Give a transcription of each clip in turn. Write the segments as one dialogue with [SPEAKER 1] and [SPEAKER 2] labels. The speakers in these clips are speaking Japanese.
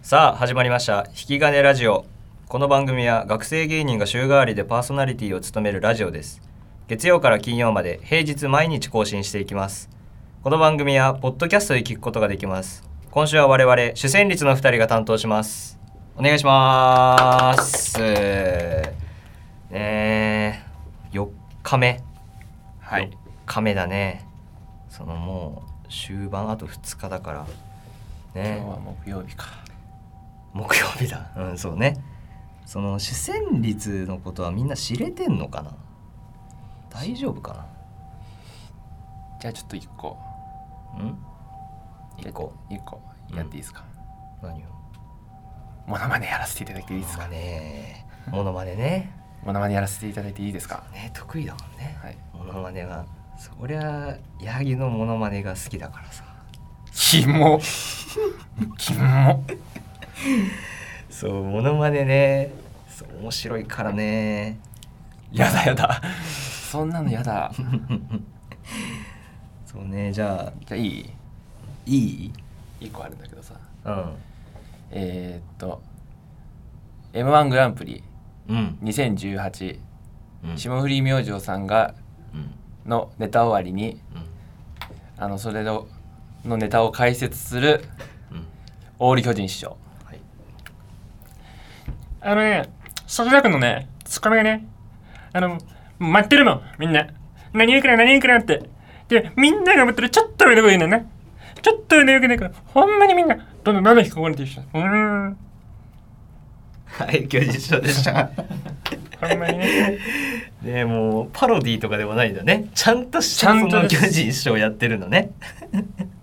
[SPEAKER 1] さあ始まりました「引き金ラジオ」この番組は学生芸人が週替わりでパーソナリティを務めるラジオです月曜から金曜まで平日毎日更新していきますこの番組はポッドキャストで聞くことができます今週は我々主旋律の2人が担当しますお願いしますねえ4日目
[SPEAKER 2] はい
[SPEAKER 1] 4日目だねそのもう終盤あと2日だから
[SPEAKER 2] 今日
[SPEAKER 1] ね
[SPEAKER 2] は木曜日か
[SPEAKER 1] 木曜日だうんそうねその主旋律のことはみんな知れてんのかな大丈夫か
[SPEAKER 2] じゃあちょっと一個
[SPEAKER 1] なうん一個
[SPEAKER 2] 一個やっていいですか、
[SPEAKER 1] 何を
[SPEAKER 2] モノマネやらせていただいていいですか
[SPEAKER 1] まあねモノマネね
[SPEAKER 2] モノマネやらせていただいていいですか
[SPEAKER 1] ね得意だもんね、
[SPEAKER 2] はい
[SPEAKER 1] モノマネはそりゃ矢作のモノマネが好きだからさ
[SPEAKER 2] キ モキモ
[SPEAKER 1] そうモノマネねそう面白いからね
[SPEAKER 2] やだやだそんなのやだ
[SPEAKER 1] そうねじゃあ
[SPEAKER 2] じゃあいい
[SPEAKER 1] いい
[SPEAKER 2] 一個あるんだけどさ
[SPEAKER 1] うん
[SPEAKER 2] えー、っと m 1グランプリ
[SPEAKER 1] うん
[SPEAKER 2] 2018
[SPEAKER 1] うん
[SPEAKER 2] 霜降り明星さんが
[SPEAKER 1] うん
[SPEAKER 2] のネタ終わりにあのそれののネタを解説する
[SPEAKER 1] うんうん
[SPEAKER 2] オール巨人師匠
[SPEAKER 1] はい
[SPEAKER 3] あのね、サジャ君のね、ツッコミがね、あの、待ってるもん、みんな。何言うかな、何言うかなって。で、みんなが待ってる、ちょっと上の声言うねんな。ちょっと上の声言うから、ほんまにみんな、どんどんどんどん引き込まれていくし。うーん、
[SPEAKER 1] はい教授賞でした
[SPEAKER 3] ほんまにね。
[SPEAKER 1] ねもうパロディーとかでもないんだねちゃんとし
[SPEAKER 2] ち
[SPEAKER 1] た
[SPEAKER 2] ゃ
[SPEAKER 1] そ
[SPEAKER 2] んと
[SPEAKER 1] の
[SPEAKER 2] です
[SPEAKER 1] 巨人師匠やってるのね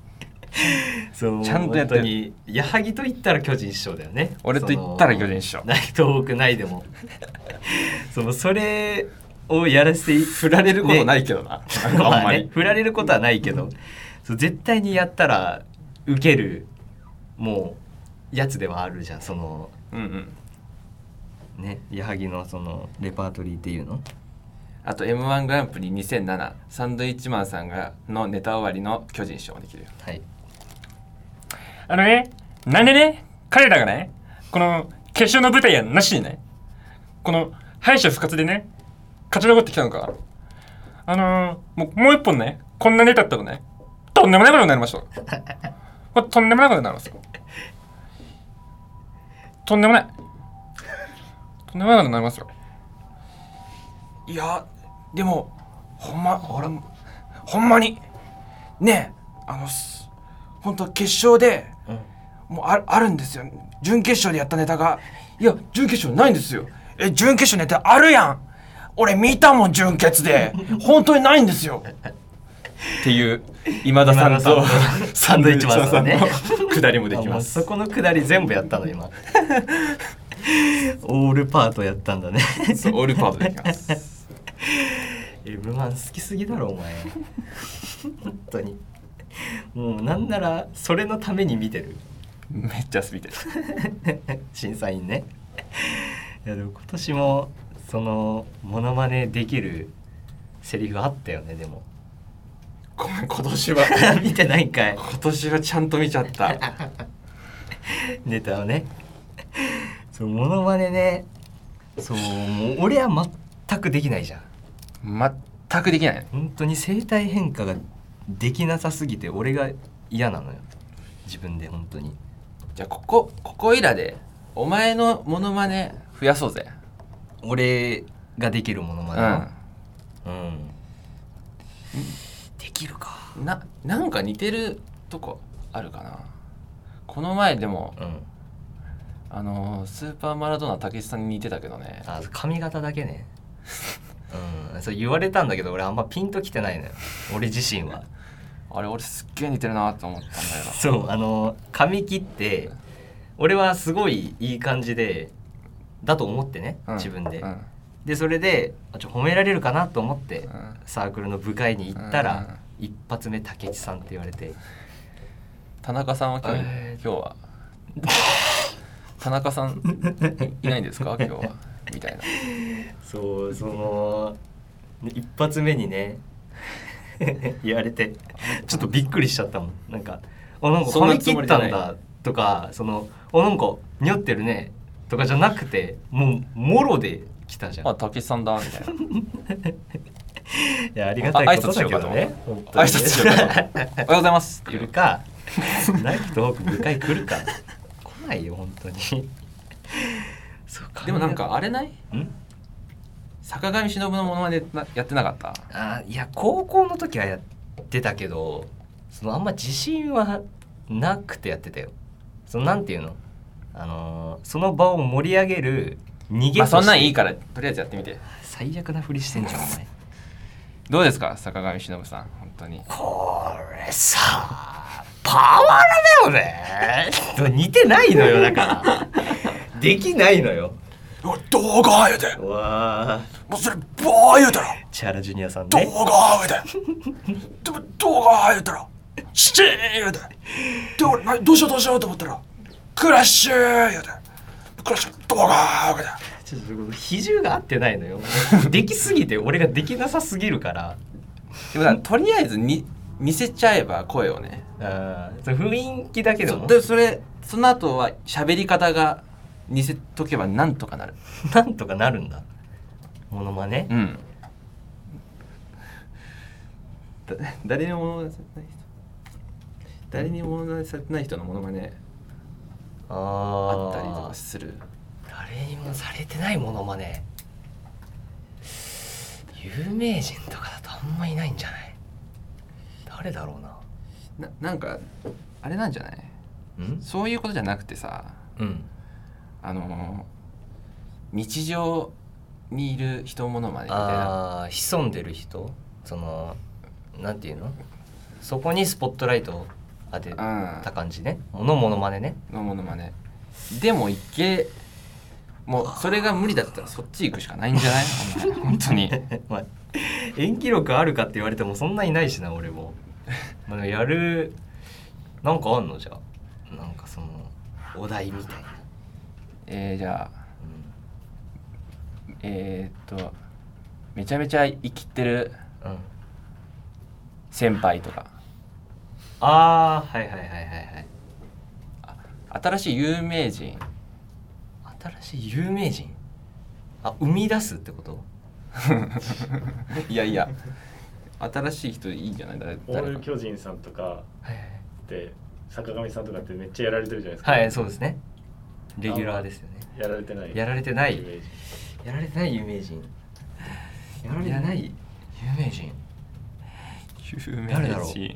[SPEAKER 1] そう
[SPEAKER 2] ちゃんとやってる
[SPEAKER 1] 本当に矢作と言ったら巨人師匠だよね
[SPEAKER 2] 俺と言ったら巨人師匠
[SPEAKER 1] そのない 遠くないでもそのそれをやらせて振られることない
[SPEAKER 2] けどな、
[SPEAKER 1] まあね振られることはないけど、そう絶対にやったら受けるもうやつではあるじゃんその
[SPEAKER 2] うんうん
[SPEAKER 1] ね矢作のそのレパートリーっていうの
[SPEAKER 2] あと m 1グランプリ2007サンドイッチマンさんがのネタ終わりの巨人賞もできるよ
[SPEAKER 1] はい
[SPEAKER 3] あのね、なんでね、彼らがね、この決勝の舞台やなしにね、この敗者復活でね、勝ち残ってきたのか、あのー、もうもう一本ね、こんなネタあったらね、とんでもないことになり ました。これとんでもないことになりますよ。とんでもない。とんでもないことになりますよ。
[SPEAKER 2] いやでもほんま俺もほんまにねえあのすほんと決勝で、もうああるんですよ準決勝でやったネタがいや準決勝ないんですよえ準決勝ネタあるやん俺見たもん準決で本当にないんですよっていう今田
[SPEAKER 1] さんとサンドイッチマンさんね
[SPEAKER 2] くだりも
[SPEAKER 1] あもうそこのくだり全部やったの 今オールパートやったんだね
[SPEAKER 2] そう オールパートできます。
[SPEAKER 1] M マン好きすぎだろお前本当にもうなんならそれのために見てる
[SPEAKER 2] めっちゃ遊びてる。
[SPEAKER 1] 審査員ねいやでも今年もそのモノマネできるセリフあったよねでも
[SPEAKER 2] ごめん今年は
[SPEAKER 1] 見てないんかい
[SPEAKER 2] 今年はちゃんと見ちゃった。
[SPEAKER 1] ネタをねそうモノマネねそうもう俺は全くできないじゃん
[SPEAKER 2] 全くできない。
[SPEAKER 1] 本当に生態変化ができなさすぎて俺が嫌なのよ自分で本当に
[SPEAKER 2] じゃあここここいらでお前のモノマネ増やそうぜ。
[SPEAKER 1] 俺ができるものまで
[SPEAKER 2] う
[SPEAKER 1] うん、できるか
[SPEAKER 2] ん。ななんか似てるとこあるかな。この前でも
[SPEAKER 1] うん
[SPEAKER 2] あのースーパーマラドーナたけしさんに似てたけどね。
[SPEAKER 1] あ髪型だけねうんそう言われたんだけど俺あんまピンときてないのよ俺自身は
[SPEAKER 2] あれ俺すっげえ似てるなと思ったんだけ
[SPEAKER 1] そうあの髪切って俺はすごいいい感じでだと思ってね
[SPEAKER 2] ど。うん
[SPEAKER 1] 自分で、
[SPEAKER 2] うん
[SPEAKER 1] でそれであちょ褒められるかなと思って、
[SPEAKER 2] うん
[SPEAKER 1] サークルの部会に行ったら、一発目竹内さんって言われて
[SPEAKER 2] 田中さんは今日,、今 日は田中さんいいないんです か今日はみたいな
[SPEAKER 1] そうそのね一発目にね 言われてちょっとびっくりしちゃったもんなんかあなんか
[SPEAKER 2] そんな
[SPEAKER 1] 髪
[SPEAKER 2] つ
[SPEAKER 1] 切
[SPEAKER 2] もり
[SPEAKER 1] っ
[SPEAKER 2] じ
[SPEAKER 1] た
[SPEAKER 2] ゃなんい
[SPEAKER 1] だとかその「おなんか匂ってるね」とかじゃなくてもうもろで来たじゃん。
[SPEAKER 2] あ竹さんだみたいない
[SPEAKER 1] やありがたいことだけどね。
[SPEAKER 2] 挨拶しようかとおはようございますっ
[SPEAKER 1] 来
[SPEAKER 2] て言
[SPEAKER 1] る
[SPEAKER 2] う
[SPEAKER 1] か ナイフとフォーク向かい来るか来ないよ本 当に。そうか
[SPEAKER 2] でもなんかあれない
[SPEAKER 1] ん
[SPEAKER 2] 坂上忍のものまでやってなかった
[SPEAKER 1] あいや高校の時はやってたけどそのあんま自信はなくてやってたよそのなんていうのあのーその場を盛り上げる逃げ
[SPEAKER 2] ま
[SPEAKER 1] と
[SPEAKER 2] あ
[SPEAKER 1] して
[SPEAKER 2] そんなんいいからとりあえずやってみて
[SPEAKER 1] 最悪なふりしてんじゃんお前
[SPEAKER 2] どうですか坂上忍さん本当に
[SPEAKER 1] これさパワハラだよね似てないのよだからできないのよ
[SPEAKER 4] おい動画言うて
[SPEAKER 1] うわ
[SPEAKER 4] もうそれバー言うたら
[SPEAKER 1] ーチャラジュニアさんね
[SPEAKER 4] 動画言うてでも動画言うたらシチー言うてで俺などうしようどうしようと思ったらクラッシュー言うてクラッシュ動画言うて
[SPEAKER 1] ちょっと比重が合ってないのよできすぎて俺ができなさすぎるから
[SPEAKER 2] でもなんかとりあえずに見せちゃえば声をね
[SPEAKER 1] あーその雰囲気だけで
[SPEAKER 2] そ
[SPEAKER 1] も
[SPEAKER 2] でそれその後は喋り方が似せとけばなんとかなる
[SPEAKER 1] なんとかなるんだモノマネ
[SPEAKER 2] うんだ誰にも物まねされてない人誰にも物まねされてない人のものまねあ
[SPEAKER 1] あ
[SPEAKER 2] ったりと
[SPEAKER 1] ー
[SPEAKER 2] かする
[SPEAKER 1] 誰にもされてないモノマネ有名人とかだとあんまいないんじゃない誰だろうな
[SPEAKER 2] ななんかあれなんじゃない
[SPEAKER 1] うん
[SPEAKER 2] そういうことじゃなくてさ
[SPEAKER 1] うん
[SPEAKER 2] あのー日常にいる人ものまねみたいな
[SPEAKER 1] あー潜んでる人そのなんていうのそこにスポットライトを当てた感じねのモノマネね
[SPEAKER 2] のものまねでもいけもうそれが無理だったらそっち行くしかないんじゃないお前本当に
[SPEAKER 1] まあ、演技力あるかって言われてもそんないないしな俺 も、まあ、やるなんかあんのじゃあなんかそのお題みたいな、
[SPEAKER 2] えー、じゃあえー、っとめちゃめちゃ生きてる
[SPEAKER 1] うんうん、
[SPEAKER 2] 先輩とか
[SPEAKER 1] ああーはいはいはいはいはい
[SPEAKER 2] 新しい有名人
[SPEAKER 1] 新しい有名人あ生み出すってこと
[SPEAKER 2] いやいや新しい人いいんじゃない誰
[SPEAKER 5] オー
[SPEAKER 2] 誰
[SPEAKER 5] ル
[SPEAKER 2] か
[SPEAKER 5] 巨人さんとか
[SPEAKER 1] はい
[SPEAKER 5] って坂上さんとかってめっちゃやられてるじゃないですか、
[SPEAKER 1] はい、はい、そうですねレギュラーですよね
[SPEAKER 5] やられてない
[SPEAKER 1] やられてない
[SPEAKER 5] イメージ
[SPEAKER 1] やられてない有名人やられてない有名人
[SPEAKER 2] 有名人
[SPEAKER 1] 誰だろうや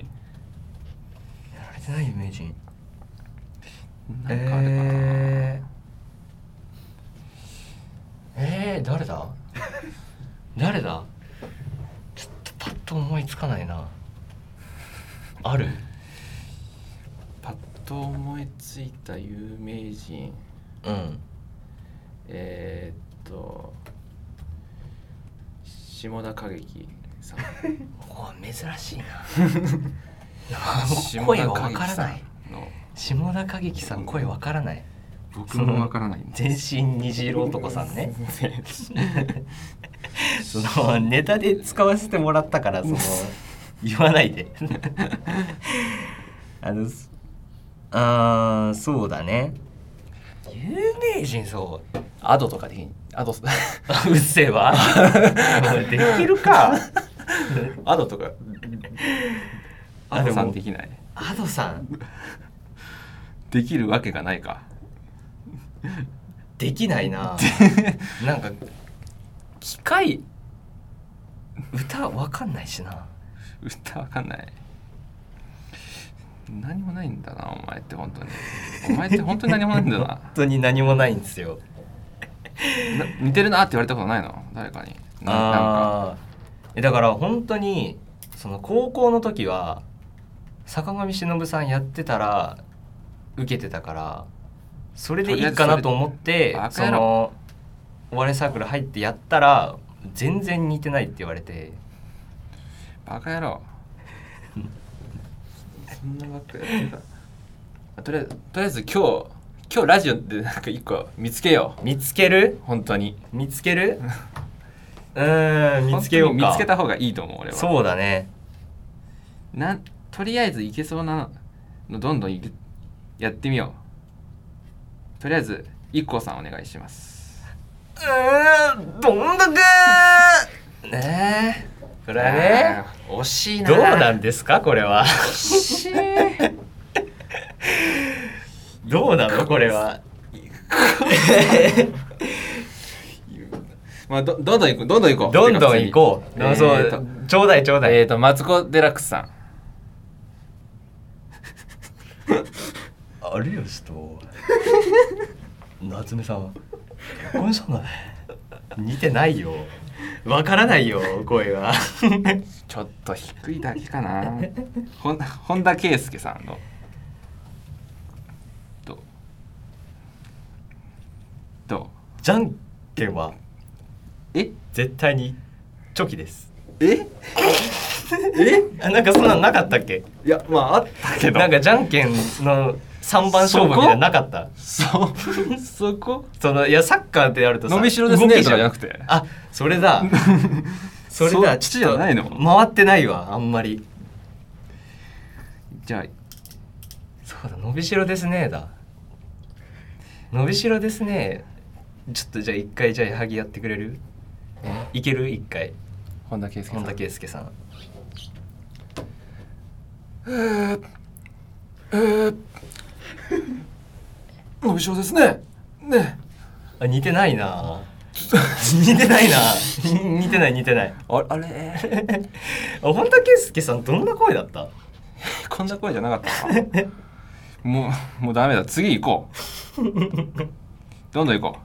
[SPEAKER 1] られてない有名人
[SPEAKER 2] なんかあるかな、
[SPEAKER 1] えー、えー誰だ誰だちょっとパッと思いつかないなある
[SPEAKER 2] パッと思いついた有名人
[SPEAKER 1] うん
[SPEAKER 2] えー、っと下田景樹 さん
[SPEAKER 1] お珍しい な
[SPEAKER 2] 下
[SPEAKER 1] 声
[SPEAKER 2] 田
[SPEAKER 1] がわ
[SPEAKER 2] 景
[SPEAKER 1] か
[SPEAKER 2] 樹
[SPEAKER 1] ら
[SPEAKER 2] さ
[SPEAKER 1] なんい
[SPEAKER 2] の
[SPEAKER 1] 下田景樹さん声わからない
[SPEAKER 2] 僕もわからないん
[SPEAKER 1] 全身虹色男さん ねそのネタで使わせてもらったからそ の言わないで あのすあーそうだね有名人そう
[SPEAKER 2] アドとかでいいアド
[SPEAKER 1] うっせえわ おいできるか
[SPEAKER 2] アドとかアドさんできない
[SPEAKER 1] アドさん
[SPEAKER 2] できるわけがないか
[SPEAKER 1] できない ななんか機械歌わかんないしな
[SPEAKER 2] 歌わかんない何もないんだなお前って本当にお前って本当に何もないんだな
[SPEAKER 1] 本当に何もないんですよ
[SPEAKER 2] な似てるなって言われたことないの誰かにななんか
[SPEAKER 1] あーえだから本当にその高校の時は坂上忍さんやってたら受けてたからそれでいいかなと思って
[SPEAKER 2] とりあえずそ
[SPEAKER 1] そ
[SPEAKER 2] れバカ野
[SPEAKER 1] のお笑いサークル入ってやったら全然似てないって言われて
[SPEAKER 2] バカ野郎 そんなばっかやってたあとりあえずとりあえず今日今日ラジオで なんか一個見つけよ
[SPEAKER 1] 見つける
[SPEAKER 2] う本当に
[SPEAKER 1] 見つけ るうーん見つけよう
[SPEAKER 2] 本
[SPEAKER 1] か
[SPEAKER 2] 当に見つけた方がいいと思う俺は
[SPEAKER 1] そうだね
[SPEAKER 2] なんとりあえずいけそうなのどんどんいけやってみようとりあえず IKKO さんお願いします
[SPEAKER 1] うーんどんだけーねえこれはね
[SPEAKER 2] あー惜しいな
[SPEAKER 1] どうなんですかこれは
[SPEAKER 2] 惜しい
[SPEAKER 1] どうなのこれは
[SPEAKER 2] まあどどんどん行こうどんどん行こう
[SPEAKER 1] どんどん行こう、
[SPEAKER 2] えーと
[SPEAKER 1] そうちょうだいちょうだい、
[SPEAKER 2] えーとマツコ・デラックスさん
[SPEAKER 1] 有吉と夏目さんは結婚したんだね似てないよわからないよ声が
[SPEAKER 2] ちょっと低いだけかな ほん本田圭佑さんのどうど
[SPEAKER 1] じゃんけんは
[SPEAKER 2] うえ
[SPEAKER 1] 絶対にチョキです
[SPEAKER 2] え え
[SPEAKER 1] あなんかそんなのなかったっけ
[SPEAKER 2] いやまああったけど
[SPEAKER 1] なんかじゃんけんの三番勝負みたいなのなかった
[SPEAKER 2] そうそこ
[SPEAKER 1] そのいやサッカーってやるとさ
[SPEAKER 2] 伸びしろですね
[SPEAKER 1] 動き
[SPEAKER 2] とかじゃなくて
[SPEAKER 1] あそれだそれだ
[SPEAKER 2] そっちじゃないの
[SPEAKER 1] ちょっと回ってないわあんまり
[SPEAKER 2] じゃあ
[SPEAKER 1] そうだ伸びしろですねだ伸びしろですねちょっとじゃあ一回じゃあ矢作やってくれるいける一回
[SPEAKER 2] 本田圭佑さ
[SPEAKER 1] 本
[SPEAKER 2] ん
[SPEAKER 1] 田圭佑さん
[SPEAKER 4] えー、伸びしろですね。ね
[SPEAKER 1] あ似てない な似てないな 似てない似てない
[SPEAKER 2] ああれ
[SPEAKER 1] あ本田圭佑さんどんな声だった
[SPEAKER 2] こんな声じゃなかったかなもうもうダメだ次行こうどんどん行こ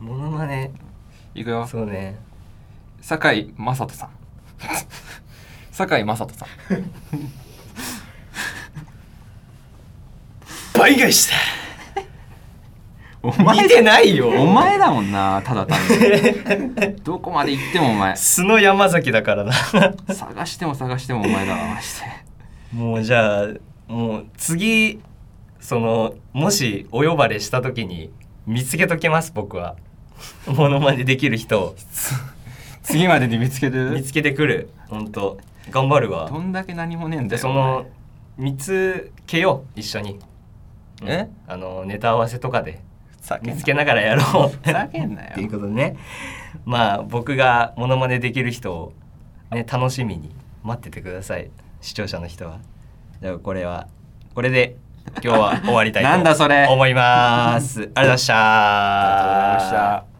[SPEAKER 1] モノマネ
[SPEAKER 2] う行くよ
[SPEAKER 1] そうね
[SPEAKER 2] 坂井雅人さん坂井雅人さん
[SPEAKER 1] 倍返した
[SPEAKER 2] お
[SPEAKER 1] 似てないよ
[SPEAKER 2] お前だもんなただ単にどこまで行ってもお 前
[SPEAKER 1] 素の山崎だからな
[SPEAKER 2] 探しても探してもお前だわマジ
[SPEAKER 1] もうじゃあもう次そのもしお呼ばれした時に見つけときます僕はモノマネできる人を
[SPEAKER 2] で次までに見つけ
[SPEAKER 1] 見
[SPEAKER 2] る
[SPEAKER 1] つけてくる本当頑張るわ
[SPEAKER 2] どんだけ何もねえんだ
[SPEAKER 1] で
[SPEAKER 2] よ
[SPEAKER 1] その見つけよう一緒に、うん
[SPEAKER 2] え
[SPEAKER 1] あのネタ合わせとかで
[SPEAKER 2] お前
[SPEAKER 1] 見
[SPEAKER 2] ふ
[SPEAKER 1] つ
[SPEAKER 2] ざけ
[SPEAKER 1] け
[SPEAKER 2] んな
[SPEAKER 1] ながらやろう
[SPEAKER 2] ふざけんなよ
[SPEAKER 1] っていうことでねまあ僕がモノマネできる人を、ね、楽しみに待っててください視聴者の人はじゃあこれはこれで今日は終わりたいと
[SPEAKER 2] なんだそれ
[SPEAKER 1] 思いますありがとうございました
[SPEAKER 2] ありがとうございました